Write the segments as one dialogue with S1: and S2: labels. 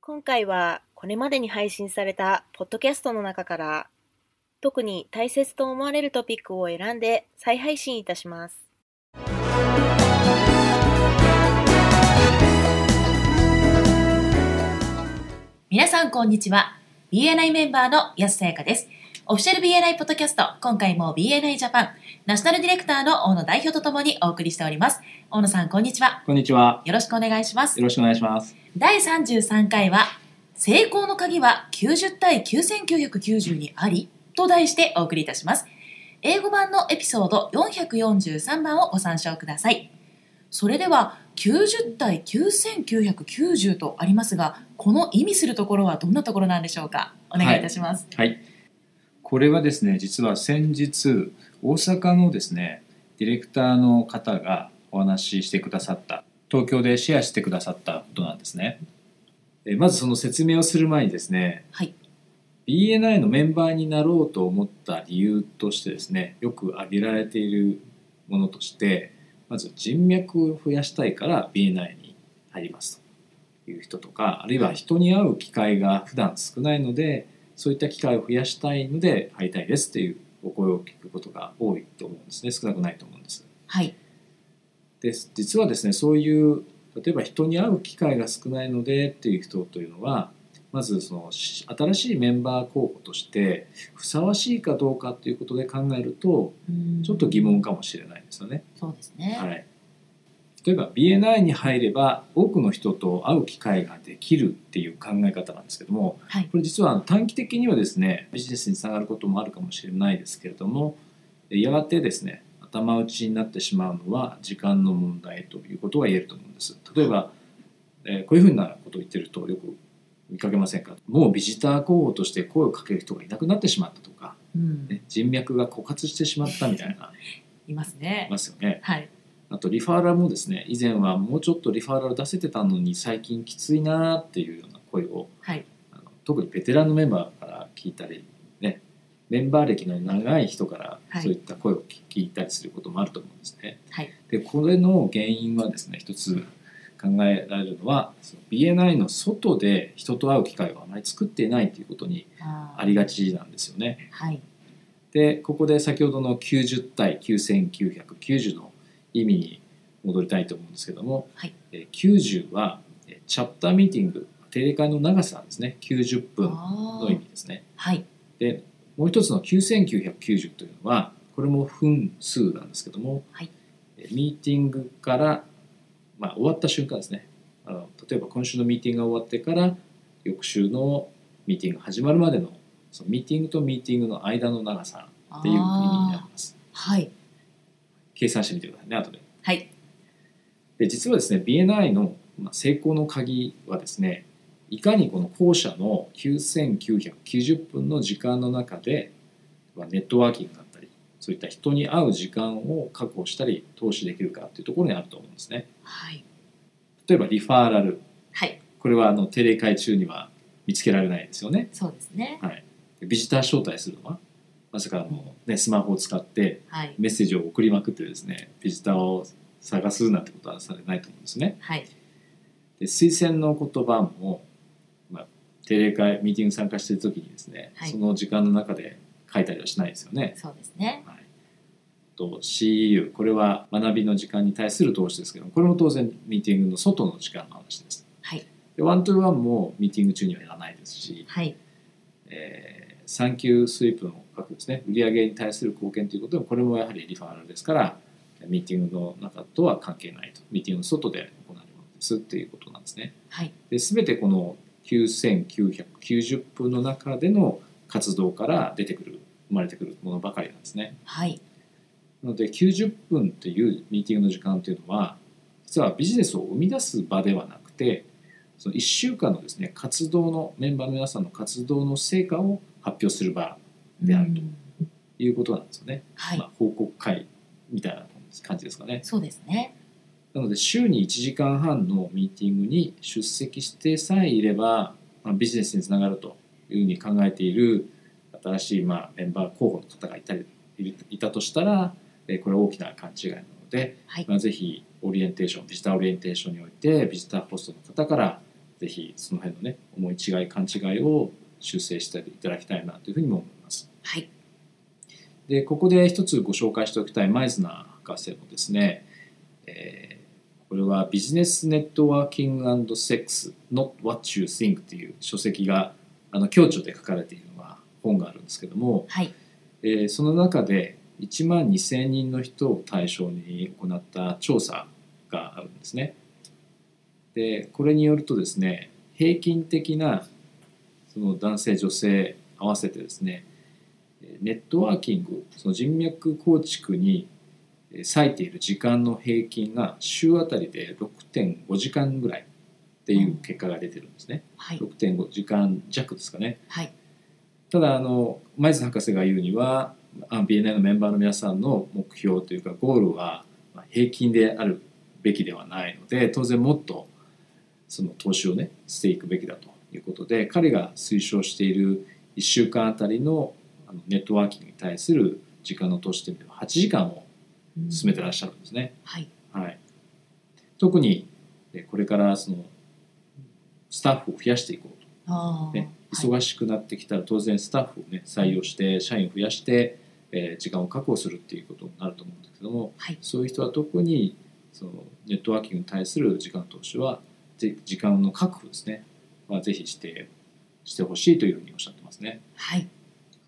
S1: 今回はこれまでに配信されたポッドキャストの中から特に大切と思われるトピックを選んで再配信いたします。
S2: 皆さん、こんにちは。BNI メンバーの安さやかです。オフィシャル BNI ポッドキャスト、今回も BNI ジャパン、ナショナルディレクターの大野代表とともにお送りしております。大野さん、こんにちは。
S3: こんにちは。
S2: よろしくお願いします
S3: よ。ろしくお願いします。
S2: 第33回は、成功の鍵は90対9990にありと題してお送りいたします。英語版のエピソード443番をご参照ください。それでは、90対9990とありますが、この意味するところはどんなところなんでしょうかお願いいたします。
S3: はい。これはですね、実は先日大阪のですね、ディレクターの方がお話ししてくださった、東京でシェアしてくださったことなんですね。えまずその説明をする前にですね、
S2: はい。
S3: BNI のメンバーになろうと思った理由としてですね、よく挙げられているものとして、まず人脈を増やしたいから BNI に入りますという人とか、あるいは人に会う機会が普段少ないので、そういった機会を増やしたいので入りたいですっていうお声を聞くことが多いと思うんですね、少なくないと思うんです。
S2: はい。
S3: で実はですねそういう例えば人に会う機会が少ないのでっていう人というのはまずそのし新しいメンバー候補としてふさわしいかどうかということで考えるとちょっと疑問かもしれないですよね。
S2: そうですね。
S3: はい、例えば BNI に入れば多くの人と会う機会ができるっていう考え方なんですけども
S2: はい。
S3: これ実は短期的にはですねビジネスにつながることもあるかもしれないですけれどもえやがてですね頭打ちになってしまうのは時間の問題ということが言えると思うんです例えば、えーこういうふうなことを言ってるとよく見かけませんかもうビジター候補として声をかける人がいなくなってしまったとか、
S2: うん。
S3: ね、人脈が枯渇してしまったみたいな
S2: います
S3: い
S2: ね。
S3: ますよね
S2: はい。
S3: あとリファーラルもですね以前はもうちょっとリファーラル出せてたのに最近きついなーっていうような声を
S2: はい。
S3: あの特にベテランのメンバーから聞いたり、ね、メンバー歴の長い人から
S2: はい
S3: そういった声を聞聞いたりすることもあると思うんですね。
S2: はい。
S3: でこれの原因はですね一つ考えられるのはその BNI の外で人と会う機会をあまり作っていないということに
S2: あー
S3: ありがちなんですよね。
S2: はい。
S3: でここで先ほどの90対9990の意味に戻りたいと思うんですけども、
S2: はい
S3: えー90はえーチャプターミーティング定例会の長さですね90分
S2: あ
S3: の意
S2: ー
S3: 味ですね。
S2: はい。
S3: でもう一つの9990というのはこれも分数なんですけども、
S2: はい
S3: えミーティングから、まあ、終わった瞬間ですねあの例えば今週のミーティングが終わってから翌週のミーティングが始まるまでのそのミーティングとミーティングの間の長さっていう意味になり
S2: あー
S3: ます
S2: はい。
S3: 計算してみてくださいね後で
S2: はい。
S3: で実はですね BNI のまあ成功の鍵はですねいかにこの後者の9990分の時間の中でまあネットワーキングだったりそういった人に会う時間を確保したり投資できるかっていうところにあると思うんですね
S2: はい。
S3: 例えばリファーラル
S2: はい。
S3: これはあの定例会中には見つけられないですよね
S2: そうですね。
S3: でビジター招待するのはまさかあの、ね、スマホを使って
S2: はい。
S3: メッセージを送りまくってですねビジターを探すなんてことはされないと思うんですね
S2: はい。
S3: で推薦の言葉も、まあ、定例会ミーティング参加してる時にですね、
S2: はい
S3: その時間の中で書いたりはしないですよね。
S2: そうですね。
S3: はい、と CEU これは学びの時間に対する投資ですけどもこれも当然ミーティングの外の時間の話です。
S2: はい。
S3: でワントゥーワンもミーティング中にはやらないですし、
S2: はい。
S3: えー、産休スイープの額ですね売上に対する貢献ということでもこれもやはりリファーラルですからミーティングの中とは関係ないとミーティングの外で行われるものですっていうことなんですね。
S2: はい。
S3: で全てこの9990分の中での活動から出てくる生まれてくるものばかりなんですね
S2: はい。
S3: なので90分というミーティングの時間というのは実はビジネスを生み出す場ではなくてその1週間のですね活動のメンバーの皆さんの活動の成果を発表する場であると
S2: うん
S3: ということなんですよね、
S2: は
S3: ま
S2: い
S3: あ。報告会みたいな感じですかね
S2: そうですね。
S3: なので週に1時間半のミーティングに出席してさえいれば、まあ、ビジネスにつながるというふうに考えている新しい、まあ、メンバー候補の方がいたりいるいたとしたら、えーこれは大きな勘違いなので、
S2: はい。
S3: まあ、ぜひオリエンテーションビジターオリエンテーションにおいてビジターホストの方からぜひその辺のね思い違い勘違いを修正していただきたいなというふうにも思います。
S2: はい
S3: でここで一つご紹介しておきたいマイズナー博士のですね、えーこれは「ビジネス・ネットワーキング・アンド・セックス Not What You Think」という書籍があの共著で書かれているのが本があるんですけども、
S2: はい
S3: えーその中で1万2,000人の人を対象に行った調査があるんですね。でこれによるとですね平均的なその男性女性合わせてですねえーネットワーキングその人脈構築にえー割いている時間の平均が週あたりで6.5時間ぐらいっていう結果が出てるんですね、
S2: はい
S3: 6.5時間弱ですかね
S2: はい
S3: ただあの前津博士が言うにはあ BNI のメンバーの皆さんの目標というかゴールはまあ平均であるべきではないので当然もっとその投資をねしていくべきだということで彼が推奨している1週間あたりのあのネットワーキングに対する時間の投資という意味では8時間を
S2: うん
S3: 進めてらっしゃるんですね。
S2: はい
S3: はい、特にえこれからそのスタッフを増やしていこうと。
S2: あー
S3: ね、
S2: はい
S3: 忙しくなってきたら当然スタッフを、ね、採用して社員を増やして、えー時間を確保するっていうことになると思うんですけども
S2: はい
S3: そういう人は特にそのネットワーキングに対する時間投資はぜ時間の確保ですねはぜひしてしてほしいというふうにおっしゃってますね。
S2: はい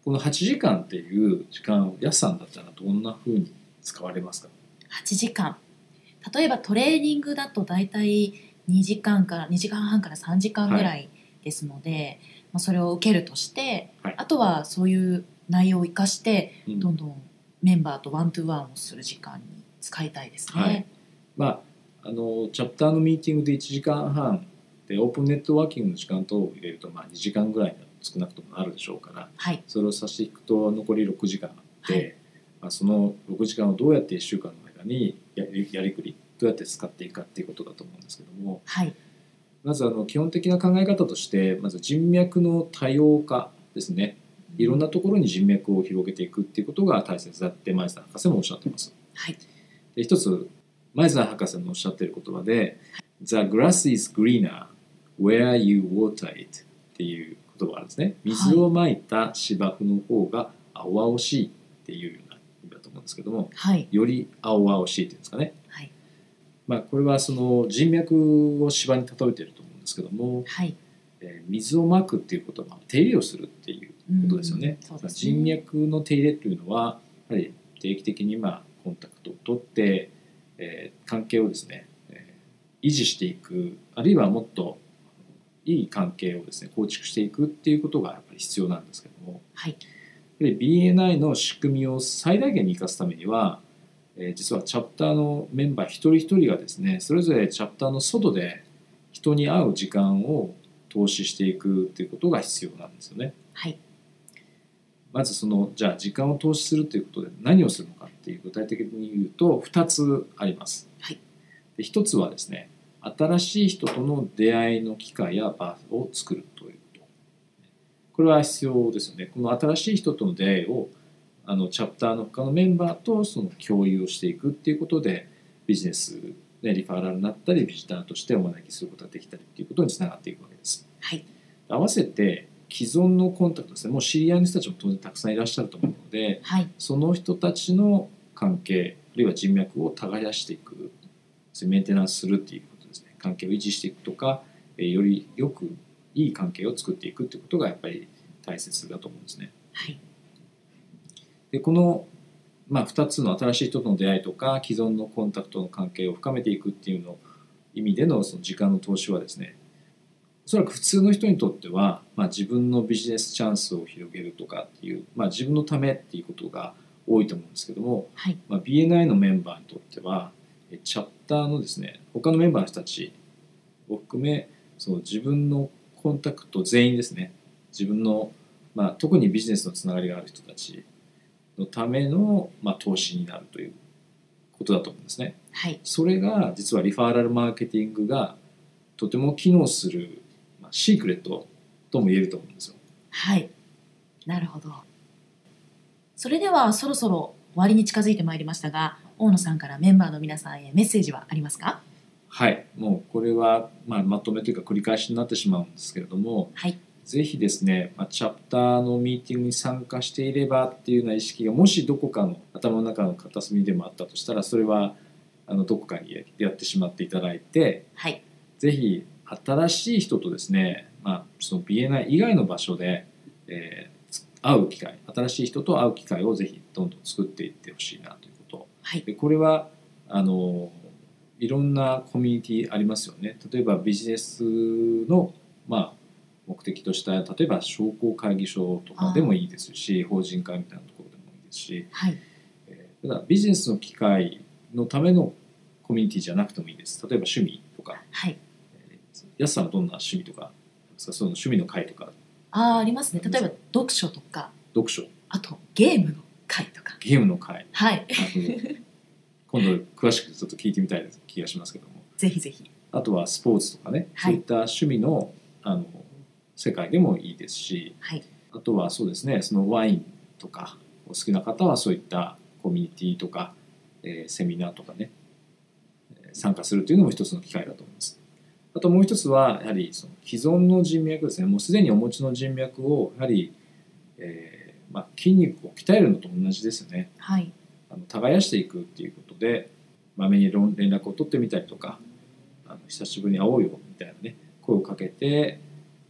S3: この8時間っていう時間を安さんだったらどんなふうに使われますか
S2: 8時間例えばトレーニングだと大体2時間から2時間半から3時間ぐらいですので、まあ、それを受けるとして、
S3: はい
S2: あとはそういう内容を生かして
S3: うん
S2: どんどんメンバーとワントゥーワンをする時間に使いたいですね。
S3: はいまあ、あのチャプターのミーティングで1時間半でオープンネットワーキングの時間等を入れると、まあ、2時間ぐらいに少なくともなるでしょうから
S2: はい
S3: それを差し引くと残り6時間あって、
S2: はい
S3: まあ、その6時間をどうやって1週間の間にやりやりくりどうやって使っていくかっていうことだと思うんですけども
S2: はい
S3: まずあの基本的な考え方としてまず人脈の多様化ですねいろんなところに人脈を広げていくっていうことが大切だって前田博士もおっしゃってます。
S2: はい
S3: で一つ前澤博士のおっしゃってる言葉で「The grass is greener where you water it」っていう言葉があるんですね水をまいた芝生の方が青々しいっていうような意味だと思うんですけども
S2: はい
S3: より青々しいっていうんですかね、
S2: はい
S3: まあ、これはその人脈を芝に例えてると思うんですけども、
S2: はい
S3: えー水をまくっていうことは手入れをするっていうことですよね。
S2: うんそうですね
S3: 人脈の手入れというのはやはり定期的にまあコンタクトを取って、えー関係をですね、えー維持していくあるいはもっといい関係をですね構築していくっていうことがやっぱり必要なんですけども
S2: はい
S3: やはり BNI の仕組みを最大限に生かすためには、えー実はチャプターのメンバー一人一人がですねそれぞれチャプターの外で人に会う時間を投資していくっていうことが必要なんですよね。
S2: はい
S3: まずそのじゃあ時間を投資するということで何をするのかっていう具体的に言うと2つあります。
S2: はい
S3: で1つはですね新しい人との出会いの機会や場を作るということこれは必要ですよねこの新しい人との出会いをあのチャプターの他のメンバーとその共有をしていくっていうことでビジネス、ね、リファーラルになったりビジターとしてお招きすることができたりっていうことにつながっていくわけです。
S2: はい
S3: 合わせて既存のコンタクトですねもう知り合いの人たちも当然たくさんいらっしゃると思うので
S2: はい
S3: その人たちの関係あるいは人脈を耕していくメンテナンスするっていうことですね関係を維持していくとかえーよりよくいい関係を作っていくっていうことがやっぱり大切だと思うんですね。
S2: はい
S3: でこの、まあ、2つの新しい人との出会いとか既存のコンタクトの関係を深めていくっていうの意味でのその時間の投資はですねおそらく普通の人にとっては、まあ、自分のビジネスチャンスを広げるとかっていう、まあ、自分のためっていうことが多いと思うんですけども、
S2: はい
S3: まあ、BNI のメンバーにとってはえチャプターのですね他のメンバーの人たちを含めその自分のコンタクト全員ですね自分の、まあ、特にビジネスのつながりがある人たちのための、まあ、投資になるということだと思うんですね。
S2: はい
S3: それが実はリファーラルマーケティングがとても機能する、まあ、シークレットとも言えると思うんですよ。
S2: はいなるほどそれではそろそろ終わりに近づいてまいりましたが大野さんからメンバーの皆さんへメッセージはありますか
S3: はいもうこれは、まあ、まとめというか繰り返しになってしまうんですけれども
S2: はい
S3: ぜひですね、まあ、チャプターのミーティングに参加していればっていうような意識がもしどこかの頭の中の片隅でもあったとしたらそれはあのどこかにややってしまっていただいて
S2: はい
S3: ぜひ新しい人とですね、まあ、その BNI 以外の場所で、えーつ会う機会新しい人と会う機会をぜひどんどん作っていってほしいなということ
S2: はい
S3: でこれはあのいろんなコミュニティありますよね例えばビジネスの、まあ、目的とした例えば商工会議所とかでもいいですし法人会みたいなところでもいいですし、
S2: はい
S3: えーただビジネスの機会のためのコミュニティじゃなくてもいいです例えば趣味とか
S2: はい
S3: えーやすさんはどんな趣味とかありますかその趣味の会とか
S2: あーありますね例えば読書とか
S3: 読書
S2: あとゲームの会とか
S3: ゲームの会
S2: はい
S3: なるほど今度詳しくちょっと聞いてみたい気がしますけども
S2: ぜひぜひ
S3: あとはスポーツとかね、
S2: はい
S3: そういった趣味のあの世界でもいいですし
S2: はい
S3: あとはそうですねそのワインとかお好きな方はそういったコミュニティとか、えーセミナーとかねえー参加するというのも一つの機会だと思います。あともう一つはやはりその既存の人脈ですねもうすでにお持ちの人脈をやはり、えーまあ、筋肉を鍛えるのと同じですよね。
S2: はい
S3: あの耕していくっていうことでまめに連連絡を取ってみたりとかあの久しぶりに会おうよみたいなね声をかけて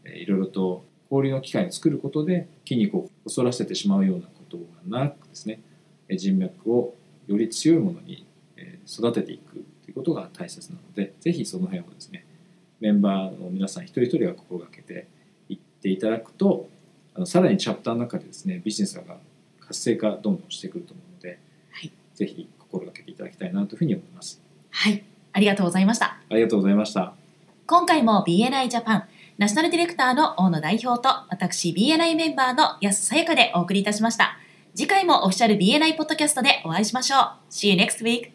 S3: えーいろいろと交流の機会を作ることで筋肉を恐らせてしまうようなことがなくですねえー人脈をより強いものにえー育てていくということが大切なのでぜひその辺をですねメンバーの皆さん一人一人が心がけていっていただくとあのさらにチャプターの中でですねビジネスが活性化どんどんしてくると思うのでぜひ心がけていただきたいなというふうに思います。
S2: はいありがとうございました
S3: ありがとうございました。
S2: 今回も BNI ジャパンナショナルディレクターの大野代表と私 BNI メンバーの安さやかでお送りいたしました次回もオフィシャル BNI ポッドキャストでお会いしましょう See you next week!